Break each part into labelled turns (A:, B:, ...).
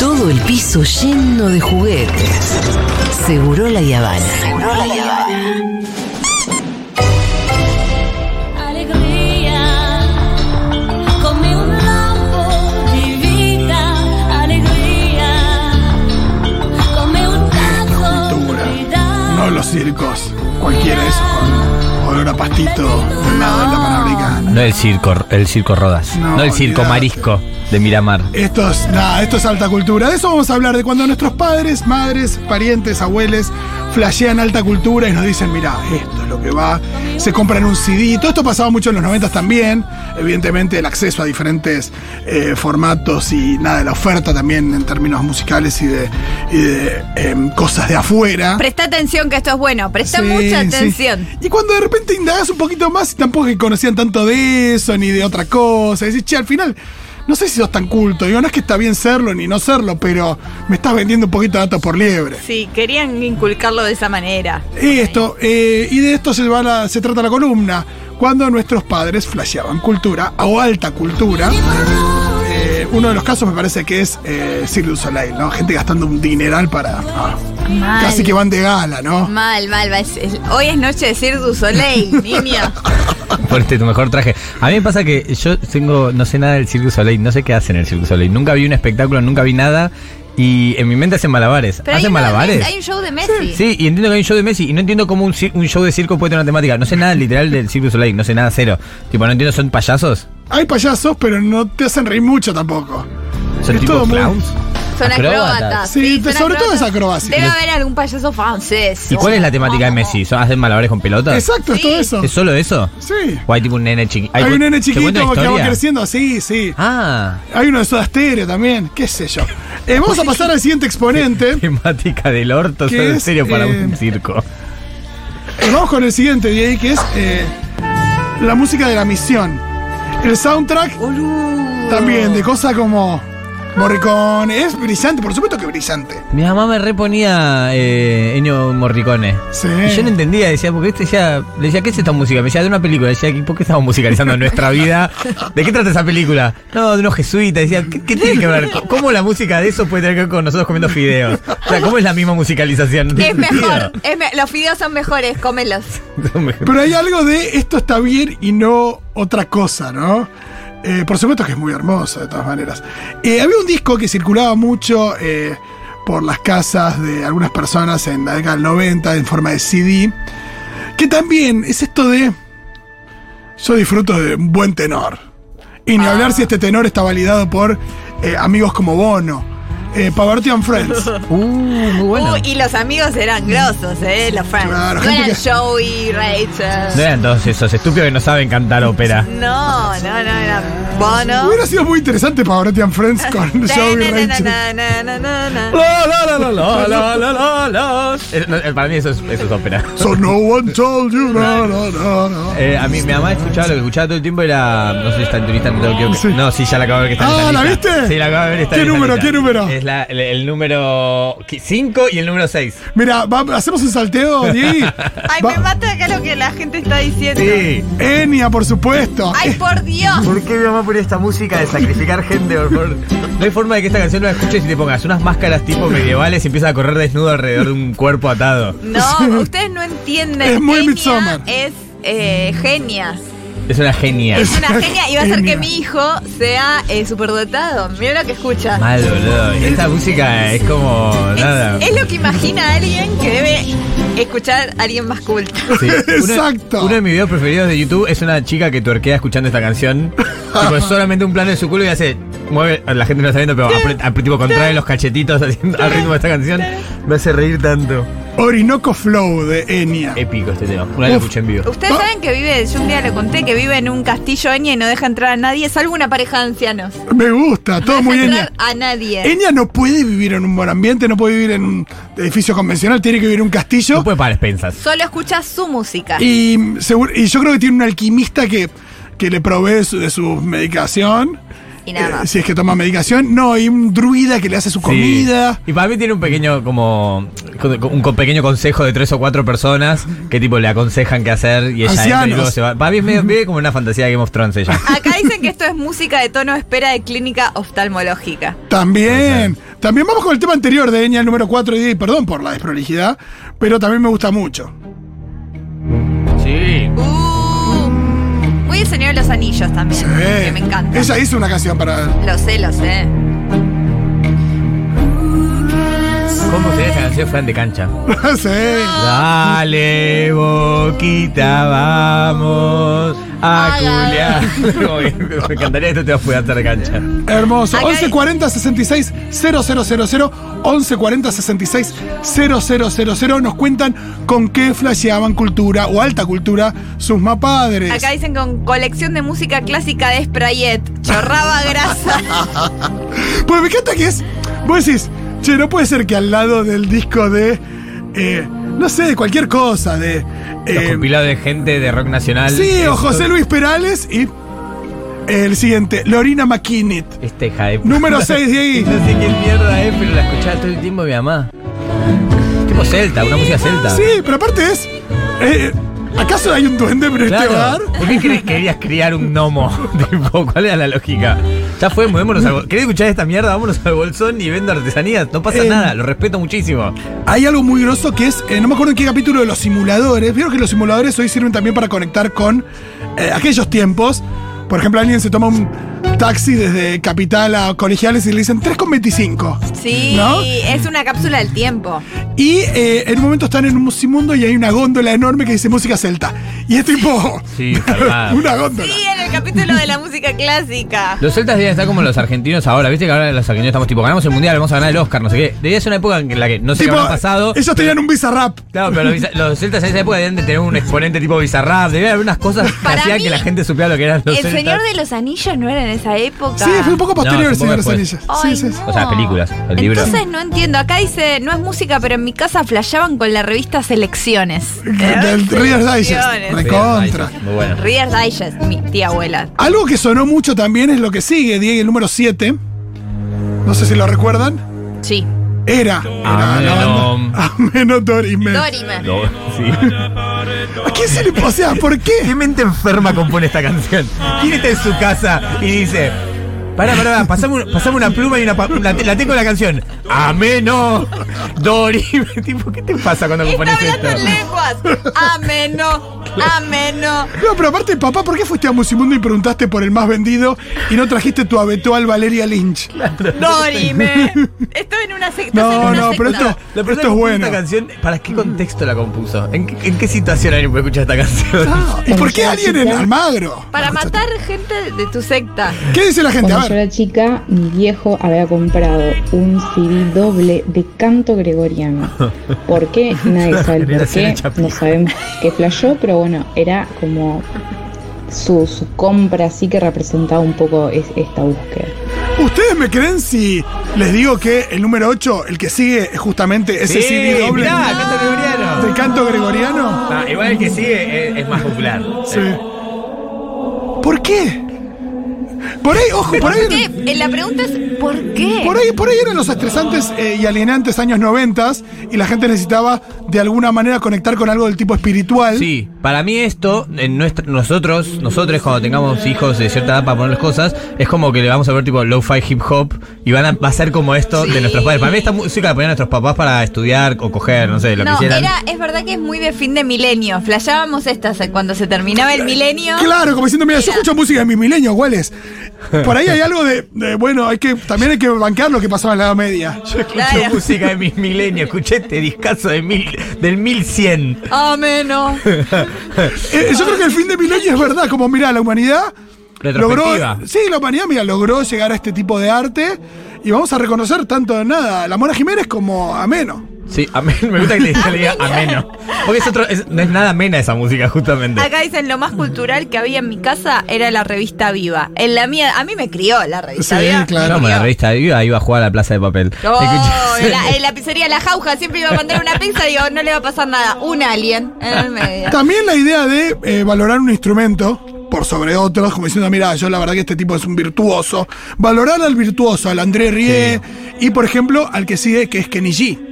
A: Todo el piso lleno de juguetes. Seguro la Yavana. Seguro la
B: Alegría, come un lampo di vita, alegría, come un
C: Cultura.
B: tazzo di
C: No
B: danza.
C: los circos. Cualquiera de esos con olor a pastito. Nada en la panamericana.
D: No el circo, el circo Rodas.
C: No,
D: No, el circo
C: olvídate.
D: Marisco de Miramar.
C: Esto es, nada, esto es alta cultura. De eso vamos a hablar, de cuando nuestros padres, madres, parientes, abuelos flashean alta cultura y nos dicen, mirá, esto es lo que va. Se compran un CD. Todo esto pasaba mucho en los 90 también. Evidentemente el acceso a diferentes eh, formatos y nada, la oferta también en términos musicales y de, y de, em, cosas de afuera.
E: Presta atención que esto es bueno, presta
C: Sí,
E: mucha
C: sí.
E: atención.
C: Y cuando de repente indagas un poquito más, tampoco es que conocían tanto de eso ni de otra cosa. Decís, che, al final, no sé si sos tan culto. Digo, no es que está bien serlo ni no serlo, pero me estás vendiendo un poquito de datos por liebre.
E: Sí, querían inculcarlo de esa manera.
C: Esto, eh, y de esto se, va la- se trata la columna. Cuando nuestros padres flasheaban cultura o alta cultura. Eh, uno de los casos me parece que es eh, Cirque du Soleil, ¿no? Gente gastando un dineral para. ah,
E: Mal.
C: casi que van de gala, ¿no?
E: Mal, mal, va, es- es- hoy es noche de Cirque du Soleil, niño.
D: Fuerte, tu mejor traje. A mí me pasa que yo tengo, no sé nada del Circo Soleil, no sé qué hacen en el Circo Soleil. Nunca vi un espectáculo, nunca vi nada. Y en mi mente hacen malabares.
E: Pero hay,
D: ¿Hacen
E: uno de
D: malabares?
E: Messi, hay un show de Messi.
D: Sí, y entiendo que hay un show de Messi y no entiendo cómo un, cir- un show de circo puede tener una temática. No sé nada literal del Circo Soleil, no sé nada cero. Tipo, no entiendo, ¿son payasos?
C: Hay payasos, pero no te hacen reír mucho tampoco.
D: ¿Son
C: Es
D: tipo
C: todo muy-
D: clowns?
E: Son acróbatas.
C: Sí,
E: son
C: sobre todo es acrobacia.
E: Debe haber algún payaso francés.
D: ¿Y cuál es la temática de Messi? ¿Son- ¿Hacen malabares con pelotas?
C: Exacto, es
E: Sí.
C: todo eso.
D: ¿Es solo eso?
C: Sí.
D: ¿O hay tipo un nene chiquito?
C: Hay un nene chiquito que va
D: historia?
C: creciendo, sí, sí.
D: Ah,
C: Hay uno de Soda Stereo también, qué sé yo. Eh, vamos a pasar al siguiente exponente.
D: temática del orto,
C: ¿Qué
D: solo en
C: es?
D: serio para
C: Eh,
D: un circo.
C: Eh, vamos con el siguiente, de ahí, que es eh, la música de la misión. El soundtrack también, de cosas como Morricone. Es brillante, por supuesto que brillante.
D: Mi mamá me reponía eh, Ennio Morricone.
C: Sí.
D: Y yo no entendía, decía, porque este ya. Le decía, ¿qué es esta música? Me decía, de una película. Decía, ¿por qué estamos musicalizando nuestra vida? ¿De qué trata esa película? No, de unos jesuitas. Decía, ¿qué, qué tiene que ver? ¿Cómo la música de eso puede tener que ver con nosotros comiendo fideos? O sea, ¿cómo es la misma musicalización? No tiene
E: Es mejor.
D: sentido.
E: es me- los fideos son mejores, cómelos.
D: Son mejor.
C: Pero hay algo de esto está bien y no otra cosa, ¿no? Eh, por supuesto que es muy hermoso, de todas maneras. Eh, había un disco que circulaba mucho eh, por las casas de algunas personas en la década del 90 en forma de CD, que también es esto de... Yo disfruto de un buen tenor. Y ni
E: Ah.
C: hablar si este tenor está validado por eh, amigos como Bono, eh, Pavarotti and Friends.
D: Uh, muy bueno.
E: Uh, y los amigos eran grosos, ¿eh? Los friends.
C: Claro,
E: no
C: gente
E: eran
C: que-
E: Joey,
D: No
E: Rachel.
D: eran todos esos estúpidos que no saben cantar ópera.
E: No, no, no, eran Bono.
C: Hubiera sido muy interesante Pavarotti and Friends con Joey Rachel.
E: Na, na, na, na, na, na.
D: La, la, la, la, la, la, la, la, la. Eh, no, eh, Para mí eso es, eso es ópera.
C: So no one told you, no, no, no, no.
D: Eh, a mí, mi mamá escuchaba lo que escuchaba todo el tiempo era. No sé si está en turista en Tokio.
C: Sí.
D: No, sí, ya la acabo de ver que está en
C: Ah,
D: esa
C: ¿la
D: lista.
C: viste?
D: Sí, la acabo de ver. Está
C: ¿Qué
D: en esa
C: número,
D: lista.
C: qué número?
D: Es la, el, el número 5 y el número 6.
C: Mira, va- hacemos un salteo, Diego.
E: Ay, me mata acá lo que la gente está diciendo.
C: Enia, por supuesto. Eh,
E: Ay, por Dios.
D: ¿Por qué mi mamá ponía esta música de sacrificar gente? Por favor? No hay forma de que esta canción no la escuches y te pongas unas máscaras tipo medievales y empiezas a correr desnudo alrededor de un cuerpo atado.
E: No, ustedes no entienden.
C: Es muy
E: Genia
C: Midsommar.
E: Es eh, genia.
D: Es una genia.
E: Es una genia y va a hacer
C: Genia.
E: que mi hijo sea eh, superdotado. Mira lo que escucha.
D: Mal, boludo. Esta música es como.
E: Es-
D: Nada.
E: Es, lo que imagina alguien que debe escuchar a alguien más culto.
D: Sí. Uno-
C: Exacto.
D: Uno, de mis videos preferidos de YouTube es una chica que tuerquea escuchando esta canción. tipo, es solamente un plano de su culo y hace. Mueve, la gente no está viendo, pero apre- apre- tipo, contrae los cachetitos haciendo, al ritmo de esta canción. Me hace reír tanto.
C: Orinoco Flow de Enya.
E: Eh.
D: Épico este tema. Una vez lo
C: Uf.
D: escuché en vivo.
E: Ustedes
C: Va-
E: saben que vive, yo un día le conté que vive en un castillo Enya y no deja entrar a nadie, salvo una pareja de ancianos. No
C: Me gusta, todo
E: deja
C: muy
E: entrar
C: Enya.
E: a nadie.
C: Enya no puede vivir en un buen ambiente, no puede vivir en un edificio convencional, tiene que vivir en un castillo.
D: No puede pagar expensas.
E: Solo escucha su música.
C: Y, seguro- y yo creo que tiene un alquimista que, que le provee su- de su medicación.
E: Y nada
C: Eh,
E: más.
C: si es que toma medicación. No, y un druida que le hace su comida.
D: Y para mí tiene un pequeño, como. Un co- pequeño consejo de tres o cuatro personas que, tipo, le aconsejan qué hacer y ella entra y
C: Ancianos.
D: luego se va. Para mí es medio- vive como una fantasía de Game of Thrones ella.
E: Acá dicen que esto es música de tono de espera de clínica oftalmológica.
C: También. También vamos con el tema anterior de Enya, el número 4 y perdón por la desprolijidad, pero también me gusta mucho.
D: Sí.
E: Uh, muy el Señor de los Anillos también, que me encanta.
C: Ella Eh, hizo una canción para.
E: Lo sé, lo sé.
D: ¿Cómo sería esa canción Fran de cancha?
C: sí.
D: Dale, boquita, vamos a culear. Como que Me encantaría que esto te vas a poder hacer cancha.
C: Eh, Hermoso.
E: Acá hay-
C: 1140 66 0000 1140 66 0000 nos cuentan con qué flasheaban cultura o alta cultura sus mapadres.
E: Acá dicen con colección de música clásica de Sprayet. Chorraba grasa.
C: Pues me encanta que es. Vos decís, che, no puede ser que al lado del disco de. eh, no sé, de cualquier cosa, de.
D: Los
C: eh,
D: compilados de gente de rock nacional.
C: sí, o
D: Esto-
C: José Luis Perales y. El siguiente, Lorina McKinney.
D: Esta este hija de puta.
C: Número 6 de ahí.
D: No sé qué mierda es, pero la escuchaba todo el tiempo de mi mamá. Tipo celta, una música celta.
C: Sí, pero aparte es. eh, ¿Acaso hay un duende en este bar?
D: Claro. ¿Por qué crees que querías criar un gnomo? tipo, ¿cuál era la lógica? Ya fue, movémonos al bolsón. ¿Querés escuchar esta mierda? Vámonos al bolsón y vendo artesanías. No pasa
C: Eh,
D: nada, lo respeto muchísimo.
C: Hay algo muy grosso que es, eh, no me acuerdo en qué capítulo de los simuladores. Vieron que los simuladores hoy sirven también para conectar con eh, aquellos tiempos. Por ejemplo, alguien se toma un taxi desde Capital a Colegiales y le dicen 3,25.
E: Sí,
C: ¿No?
E: es una cápsula del tiempo.
C: Y eh, en un momento están en un musimundo y hay una góndola enorme que dice música celta. Y es tipo.
D: Sí, calmada.
C: una góndola.
E: Sí, en el capítulo de la música clásica.
D: Los celtas debían estar como los argentinos ahora. Viste que ahora los argentinos estamos tipo, ganamos el mundial, vamos a ganar el Oscar, no sé qué. Debía ser una época en la que no sé
C: Tipo,
D: qué habrá pasado.
C: ellos tenían un bizarrap.
D: Claro, pero los, biza- los celtas en esa época debían de tener un exponente tipo bizarrap. Debían haber unas cosas que
E: Para
D: hacían
E: mí,
D: que la gente supiera lo que eran los
E: El
D: celtas.
E: Señor de los Anillos no era en esa época.
C: Sí, fue un poco posterior,
D: No, supongo
C: señor de
D: después.
C: Anillos. Sí,
E: Ay,
C: sí. sí.
E: no.
D: O sea, películas, el libro.
E: Entonces no entiendo. Acá dice, no es música, pero en mi casa flasheaban con la revista Selecciones.
C: Del Reader's Digest.
E: Selecciones.
C: Recontra.
D: Muy bueno.
E: Reader's Digest, mi tía abuela.
C: Algo que sonó mucho también es lo que sigue, Diego, el número 7. No sé si lo recuerdan.
E: Sí.
C: Era.
D: Ah,
C: era la
D: Amenom.
C: banda- Amenodorime.
E: Dorime.
D: No, sí.
C: ¿A quién se le O sea, ¿por
D: ¿Qué
C: qué?
D: mente enferma compone esta canción? ¿Quién está en su casa y dice... Pará, pará, pará, pasame, un- pasame una pluma y una... pa- la, te- la tengo en la canción. Ameno, Dori... tipo, ¿qué te pasa cuando
E: Está
D: compones esto?
E: hablando en lenguas. Ameno, ameno.
C: No, pero aparte, papá, ¿por qué fuiste a Musimundo y preguntaste por el más vendido y no trajiste tu habitual Valeria Lynch?
E: Dorime. Estoy en una secta.
C: No,
E: soy una
C: no,
E: secta.
C: pero esto- Esto
D: La persona
C: es
D: que compuso
C: bueno.
D: esta canción, ¿para qué contexto la compuso? ¿En qué, en qué situación alguien puede escuchar esta canción?
C: Ah, ¿Y por qué alguien en Almagro?
E: Para matar gente de tu secta.
C: ¿Qué dice la gente? A
F: Cuando yo
C: ver.
F: era chica, mi viejo había comprado un CD doble de canto gregoriano. ¿Por qué? Nadie sabe el por
D: Generación
F: qué.
D: Chapín.
F: No sabemos qué flashó, pero bueno, era como su, su compra así que representaba un poco es- esta búsqueda.
C: ¿Ustedes me creen si les digo que el número 8, el que sigue, es justamente ese
D: Sí,
C: CD doble
D: mirá, canto gregoriano.
C: del canto gregoriano?
D: Ah, igual el que sigue es, es más popular.
C: Sí. ¿Por qué? Por ahí, ojo, por ahí.
E: ¿Qué? Eh, La pregunta es, ¿por qué?
C: Por ahí, por ahí eran los estresantes eh, y alienantes años 90 y la gente necesitaba de alguna manera conectar con algo del tipo espiritual.
D: Sí, para mí esto, en nuestra- nosotros, nosotros cuando tengamos hijos de cierta edad para ponerles cosas, es como que le vamos a ver tipo lo-fi hip hop y van a, va a ser como esto de nuestros padres. Para mí esta música la ponían nuestros papás para estudiar o coger, no sé, lo que
E: No,
D: hicieran.
E: era, es verdad que es muy de fin de milenio. Flashábamos estas eh, cuando se terminaba el milenio.
C: Claro, como diciendo, mira, yo escucho música de mis milenios, ¿cuál es? Por ahí hay algo de, de, bueno, hay que, también hay que banquear lo que pasaba en la Edad Media.
D: Escucho
E: Claro.
D: música de mis milenios, escuché este discazo de mil, del 1100.
E: Ameno.
C: Eh, yo creo que el fin de milenio es verdad, como mira, la humanidad logró.
D: Retrospectiva.
C: Sí, la humanidad, mira, logró llegar a este tipo de arte y vamos a reconocer tanto nada, a la Mona Jiménez como a Meno.
D: Sí, amén. Me gusta que le que le diga ameno. Porque es otro, es- no es nada amena esa música, justamente.
E: Acá dicen lo más cultural que había en mi casa era la revista Viva. En la mía, a mí me crió la revista
C: Sí,
E: Viva.
C: claro.
D: No,
E: Me
D: me la
E: crió.
D: revista iba, iba a jugar a la plaza de papel.
E: No,
D: Escuchá-
E: en la, en la pizzería La Jauja siempre iba a mandar una pizza y digo, no le va a pasar nada. Un alien en el medio.
C: También la idea de eh, valorar un instrumento. por sobre otros, como diciendo, mira, yo la verdad que este tipo es un virtuoso. Valorar al virtuoso, al André Rie, y por ejemplo, al que sigue, que es Kenny G.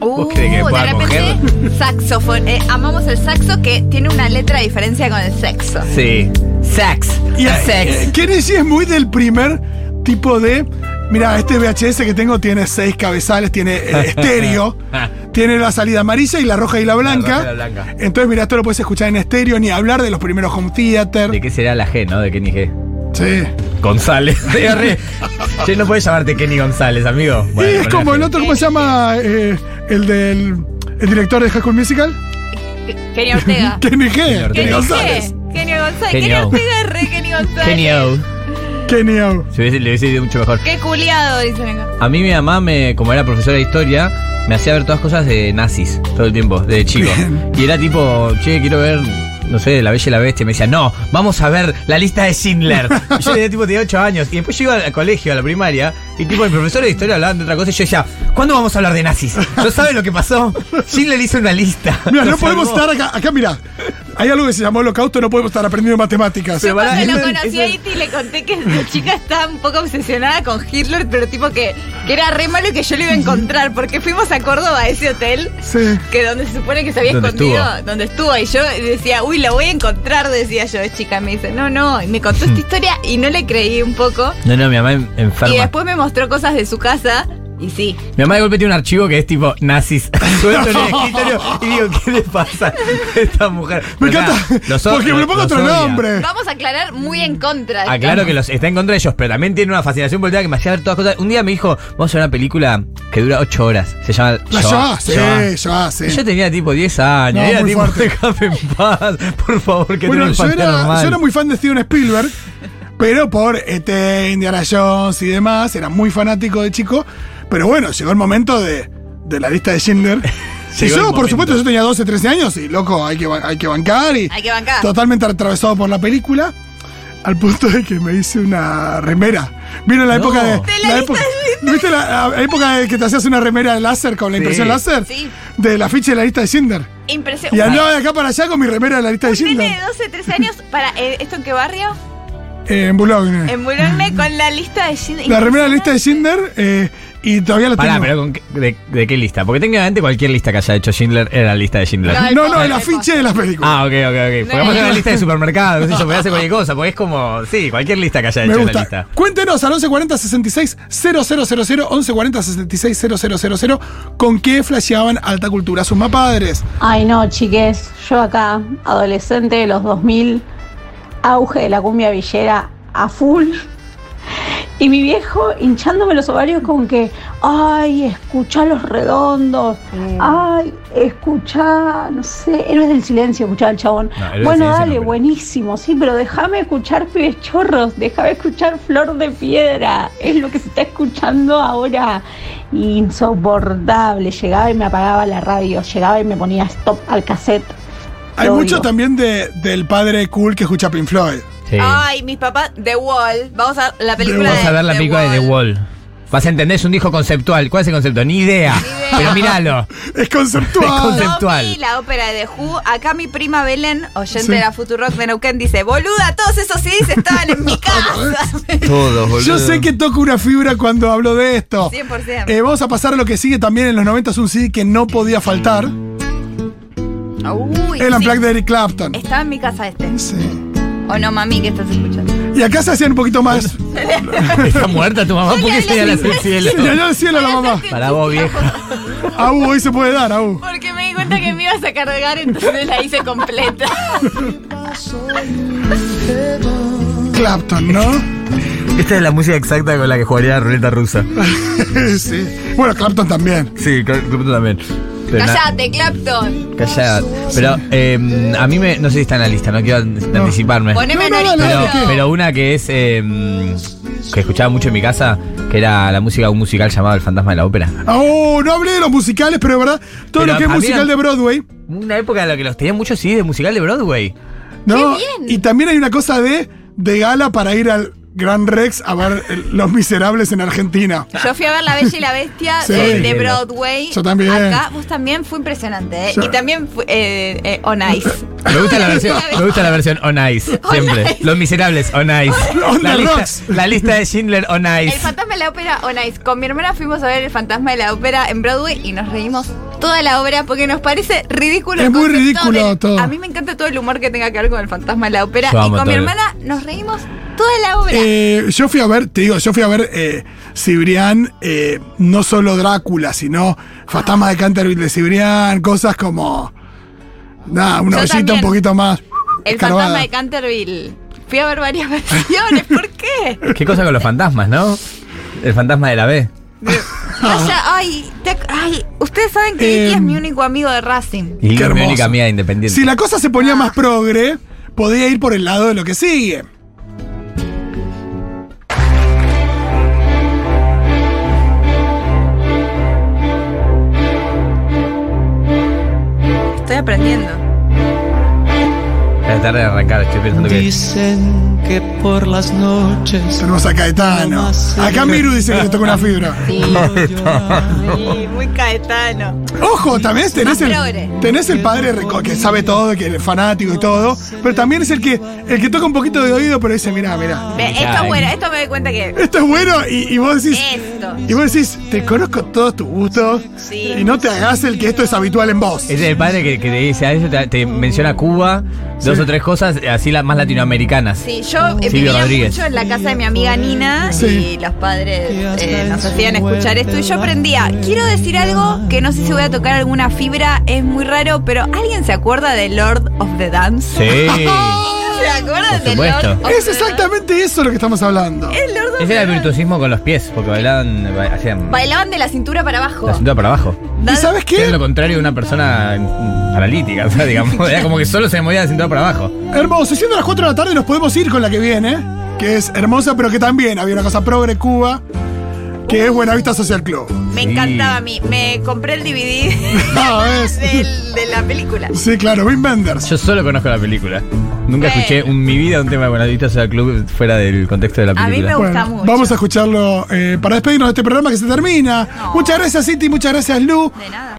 E: Uh,
D: crees que pueda
E: de repente, saxofón. Eh, amamos el saxo que tiene una letra de diferencia con el sexo.
D: Sí.
A: Sax.
C: Y a-
A: Sex.
C: eh, Kenny G es muy del primer tipo de, mira, este VHS que tengo tiene seis cabezales, tiene eh, estéreo, tiene la salida amarilla y la roja y la blanca.
D: roja y la blanca.
C: Entonces, mira, esto lo puedes escuchar en estéreo, ni hablar de los primeros home theater.
D: ¿De qué será la G, no? ¿De Kenny G?
C: Sí.
D: González. De re. Che, no puedes llamarte Kenny González, amigo. Bueno,
C: y es
D: ponle
C: como
D: la
C: el
D: G.
C: otro, ¿cómo se llama? Eh, el del el director de High School Musical.
E: Kenny Ortega.
C: Kenny G.
D: Ah. Kenny
C: Kenny
E: Kenny
C: González.
E: G. Kenny González.
D: Kenny
E: Kenny
D: O.
E: Ortega es re Kenny González.
D: Kenny O.
C: Kenny O.
D: Se hubiese- le hubiese ido mucho mejor.
E: Qué culiado, dicen acá.
D: A mí mi mamá, me, como era profesora de historia, me hacía ver todas cosas de nazis todo el tiempo, de chico. Y era tipo, che, quiero ver, no sé, La Bella y la Bestia. Y Me decía, no, vamos a ver la lista de Schindler. Y yo tenía tipo de 8 años. Y después yo iba al colegio, a la primaria, y tipo, el profesor de historia hablaba de otra cosa. Y yo decía, ¿cuándo vamos a hablar de nazis? ¿No saben lo que pasó? Schindler hizo una lista.
C: Mira,
D: Lo
C: no podemos
D: salvó.
C: estar acá. Acá, mira. Hay algo que se llamó holocausto, no podemos estar aprendiendo matemáticas.
D: Pero
E: Yo
D: pará,
E: cuando lo
D: eso-
E: conocí a
D: eso-
E: Iti le conté que la chica estaba un poco obsesionada con Hitler, pero tipo que, que era re malo y que yo lo iba a encontrar, porque fuimos a Córdoba a ese hotel,
C: Sí.
E: que donde se supone que se había
D: Donde
E: escondido,
D: estuvo.
E: donde estuvo, y yo decía, uy, lo voy a encontrar, decía yo de chica, me dice, no, no, y me contó esta historia y no le creí un poco,
D: No, no, mi mamá en- enferma.
E: y después me mostró cosas de su casa, y sí,
D: Mi mamá de golpe tiene un archivo que es tipo nazis. Suelto en el escritorio y digo, ¿qué le pasa a esta mujer?
C: Me
D: Pero
C: encanta.
D: nada, los o-
C: porque me
D: los-
C: lo pongo
D: los
C: otro
D: odia.
C: nombre.
E: vamos a aclarar muy en contra.
D: Aclaro que los, está en contra de ellos, pero también tiene una fascinación volteada que me hacía ver todas cosas. Un día me dijo, vamos a ver una película que dura 8 horas. Se llama
C: La
D: Shoah,
C: Shoah, Ah, sí,
D: Shoah.
C: Shoah, sí.
D: Yo tenía tipo 10 años,
C: No,
D: era
C: muy
D: tipo,
C: fuerte.
D: déjame en paz, por favor, que
C: Bueno,
D: tengo
C: yo
D: infancia
C: era,
D: normal.
C: yo era muy fan de Steven Spielberg, pero por E.T., Indiana Jones y demás, era muy fanático de chico. Pero bueno, llegó el momento de, de la lista de Schindler. y
D: Llegó el
C: yo, por
D: momento.
C: supuesto, yo tenía 12, 13 años y loco, hay que, ba- hay que bancar y
E: Hay que bancar.
C: totalmente atravesado por la película. Al punto de que me hice una remera. ¿Vieron la
D: No.
C: época de.
D: De
E: la lista
C: época, ¿Viste la, la época de que te hacías una remera de láser con la
D: Sí.
C: impresión láser?
E: Sí.
C: De la ficha de la lista de Schindler. Y andaba
E: impresionante.
C: de acá para allá con mi remera de la lista de Schindler.
E: Tiene 12, 13 años, para, eh, ¿esto en qué barrio?
C: Eh, en Boulogne.
E: En Boulogne con la lista de Schindler.
C: la remera de la lista de Schindler eh, y todavía la
D: Pará,
C: tengo.
D: pero con qué- de, de qué lista? Porque técnicamente cualquier lista que haya hecho Schindler era la lista de Schindler.
E: No,
C: No,
E: Ay,
C: no, el
E: pobre,
C: afiche de las películas.
D: Ah, ok, ok, ok. Pongamos una lista de supermercado, no sé yo, podés hacer cualquier cosa, porque es como, sí, cualquier lista que haya
C: Me
D: hecho la
C: gusta.
D: lista.
C: Cuéntenos al 1140 66 000 1140 66 000 con qué flasheaban alta cultura sus mapadres.
G: Ay no, chiques, yo acá, adolescente de los 2000, auge de la cumbia villera a full. Y mi viejo hinchándome los ovarios con que, ay, escuchá los redondos, ay, escuchá, no sé, héroes del silencio, escuchá el chabón.
D: No, Héroes del
G: bueno,
D: Silencio no,
G: dale,
D: pero-
G: buenísimo, sí, pero déjame escuchar pibes chorros, déjame escuchar flor de piedra, es lo que se está escuchando ahora. Insoportable, llegaba y me apagaba la radio, llegaba y me ponía stop al cassette.
C: Hay
G: Lo
C: mucho
G: odio.
C: también de, del padre cool que escucha Pink Floyd.
D: Sí.
E: Ay, mis papás, The Wall. Vamos a la película
D: Vamos
E: de
D: a ver la película de The Wall. Vas a entender, es un disco conceptual. ¿Cuál es el concepto? Ni idea.
E: idea.
D: Pero míralo.
C: Es
D: Es
C: conceptual.
D: conceptual.
E: Tommy, la ópera de The Who. Acá mi prima Belén, oyente
C: Sí.
E: de la Futurock de Neuquén, dice: Boluda, todos esos CDs estaban en mi casa.
D: Todos,
C: Yo sé que toco una fibra cuando hablo de esto.
E: 100%.
C: Eh, vamos a pasar a lo que sigue también en los 90 es un CD que no podía faltar.
E: Uy,
C: El
E: sí.
C: Unplugged de Eric Clapton.
E: Estaba en mi casa este.
C: Sí.
E: O no, mami, que estás escuchando.
C: Y acá se hacían un poquito más.
D: Está muerta tu mamá porque se la hace el cielo.
C: Y allá al cielo a la mamá.
D: Para vos, vieja.
C: Aú, hoy se puede dar, Aú.
E: Porque me di cuenta que me ibas a cargar, entonces la hice completa.
C: Clapton, ¿no?
D: Esta es la música exacta con la que jugaría la ruleta rusa.
C: sí. Bueno, Clapton también.
D: Sí, Clapton también. Pero na-
E: Cállate, Clapton.
D: Callada. Pero eh, a mí me. No sé si está en la lista, no quiero an- anticiparme.
E: Poneme
C: No, no,
E: en
C: no,
D: Pero,
C: ¿de qué?
D: pero una que es. eh, que escuchaba mucho en mi casa, que era la música, un musical llamado El Fantasma de la Ópera.
C: Aú, Ah, oh, no hablé de los musicales, pero de verdad, todo
D: Pero
C: lo que es
D: había-
C: musical de Broadway.
D: Una época en la que los tenían muchos CDs de musical de Broadway.
C: ¿no? Y también hay una cosa de, de gala para ir al Gran Rex a ver el- Los Miserables en Argentina.
E: Yo fui a ver La Bella y la Bestia
C: Sí.
E: de, de Broadway.
C: Yo también.
E: Acá, vos también, fue impresionante. ¿eh?
C: Yo-
E: Y también fue, eh, eh, On Ice.
D: Me gusta la versión, me gusta la versión on ice,
E: On
D: siempre.
E: Ice.
D: Los miserables on ice.
C: On
D: la,
C: the
D: lista,
C: rocks.
D: la lista de Schindler on
E: El
D: ice.
E: fantasma de la ópera On Ice. Con mi hermana fuimos a ver El fantasma de la ópera en Broadway y nos reímos toda la obra porque nos parece ridículo. el
C: Es muy
E: concepto
C: ridículo
E: del-
C: todo.
E: A mí me encanta todo el humor que tenga que ver con El fantasma de la ópera.
D: Yo
E: Y
D: amo
E: con mi
D: todo.
E: hermana nos reímos toda la obra.
C: Eh, yo fui a ver, te digo, yo fui a ver eh, Cibrián, eh, no solo Drácula, sino Fantasma de Canterville de Cibrián, cosas como. Nada, una
E: Yo
C: ollita un
E: también.
C: poquito más.
E: el
C: escarbada.
E: fantasma de Canterville. Fui a ver varias versiones. ¿Por qué?
D: Qué cosa con los fantasmas, ¿no? El fantasma de la B.
E: Vaya, ay, te ac- ay, ustedes saben que Vicky
C: Em,
E: es mi único amigo de Racing.
D: Y
C: Qué
D: mi
C: hermoso.
D: única amiga independiente.
C: Si la cosa se ponía
E: Ah.
C: más progre, podía ir por el lado de lo que sigue.
E: Estoy aprendiendo.
D: Es tarde de arrancar, estoy pensando que.
H: Dicen que por las noches
C: Tenemos a Caetano. Acá Miru dice que se tocó una fibra.
E: Sí, muy caetano.
C: Ojo, también tenés
E: Más
C: el,
E: progre.
C: tenés el padre reco- que sabe todo, que es fanático y todo, pero también es el que, el que toca un poquito de oído, pero dice, mirá, mirá.
E: Ve, Esto
D: eh.
E: es bueno, esto me doy cuenta que.
C: Esto es bueno y, y vos decís...
E: Esto.
C: Y vos decís, te conozco todos tus gustos
E: Sí.
C: y no te hagas el que esto es habitual en vos.
D: Ese es el padre que, que te dice a eso, te, te menciona Cuba, dos
C: Sí.
D: o tres cosas, así las más latinoamericanas.
E: Sí, yo eh,
D: Silvio
E: vivía
D: Rodríguez.
E: mucho en la casa de mi amiga Nina
C: Sí.
E: y los padres eh, nos hacían escuchar esto y yo aprendía. Quiero decir algo que no sé si voy a tocar alguna fibra, es muy raro, pero ¿alguien se acuerda de Lord of the Dance?
D: Sí.
E: ¿Se acuerdan
D: Por
E: de
D: supuesto.
E: Lord of
C: Es
E: the Dance?
C: exactamente eso lo que estamos hablando.
E: Es Lord of
D: Ese
E: the
D: era el
E: Dance.
D: virtuosismo con los pies, porque bailaban, ba- hacían
E: Bailaban de la cintura para abajo.
D: la cintura para abajo.
C: ¿Y
E: Dan-
C: sabes
D: Era lo
C: qué?
D: contrario de una persona mm, paralítica, o sea, digamos, era como que solo se movía la cintura para abajo.
C: Hermoso, y siendo las 4 de la tarde nos podemos ir con la que viene, que es hermosa, pero que también había una cosa progre Cuba, que es Buenavista Social Club.
E: Me
D: Sí.
E: encantaba a mí. Me compré el DVD
C: Ah, ¿ves?
E: del- de la película.
C: Sí, claro, Wim Wenders.
D: Yo solo conozco la película. Nunca
E: Bueno.
D: escuché en mi vida un tema de Buenavista Social Club fuera del contexto de la
E: A mí
D: película.
E: me gusta mucho.
C: Vamos a escucharlo eh, para despedirnos de este programa que se termina.
E: No.
C: Muchas gracias, City, muchas gracias, Lu.
E: De nada.